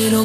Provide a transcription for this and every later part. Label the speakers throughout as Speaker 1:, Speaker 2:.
Speaker 1: little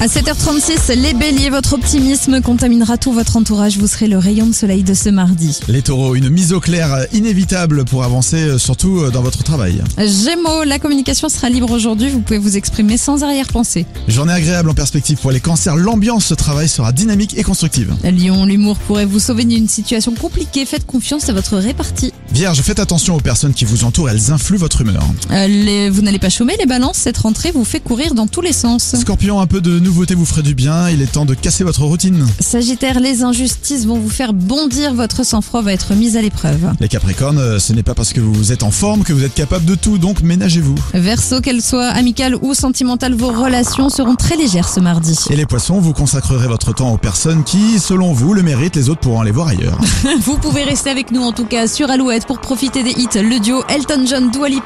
Speaker 2: À 7h36, les béliers, votre optimisme contaminera tout votre entourage. Vous serez le rayon de soleil de ce mardi.
Speaker 3: Les taureaux, une mise au clair inévitable pour avancer, euh, surtout euh, dans votre travail.
Speaker 2: Gémeaux, la communication sera libre aujourd'hui. Vous pouvez vous exprimer sans arrière-pensée.
Speaker 3: Journée agréable en perspective pour les cancers, l'ambiance travail sera dynamique et constructive.
Speaker 2: Lyon, l'humour pourrait vous sauver d'une situation compliquée. Faites confiance à votre répartie.
Speaker 3: Vierge, faites attention aux personnes qui vous entourent, elles influent votre humeur.
Speaker 2: Euh, les- vous n'allez pas chômer les balances. Cette rentrée vous fait courir dans tous les sens.
Speaker 3: Scorpion, un peu de nouveauté vous ferait du bien, il est temps de casser votre routine.
Speaker 2: Sagittaire, les injustices vont vous faire bondir. Votre sang-froid va être mis à l'épreuve.
Speaker 3: Les capricornes, euh, ce n'est pas parce que vous êtes en forme que vous êtes capable de tout, donc ménagez-vous.
Speaker 2: Verseau, qu'elles soient amicales ou sentimentales, vos relations seront très légères ce mardi.
Speaker 3: Et les poissons, vous consacrerez votre temps aux personnes qui, selon vous, le méritent, les autres pourront aller voir ailleurs.
Speaker 2: Vous pouvez rester avec nous en tout cas sur Alouette pour profiter des hits. Le duo Elton John, Dua Lipa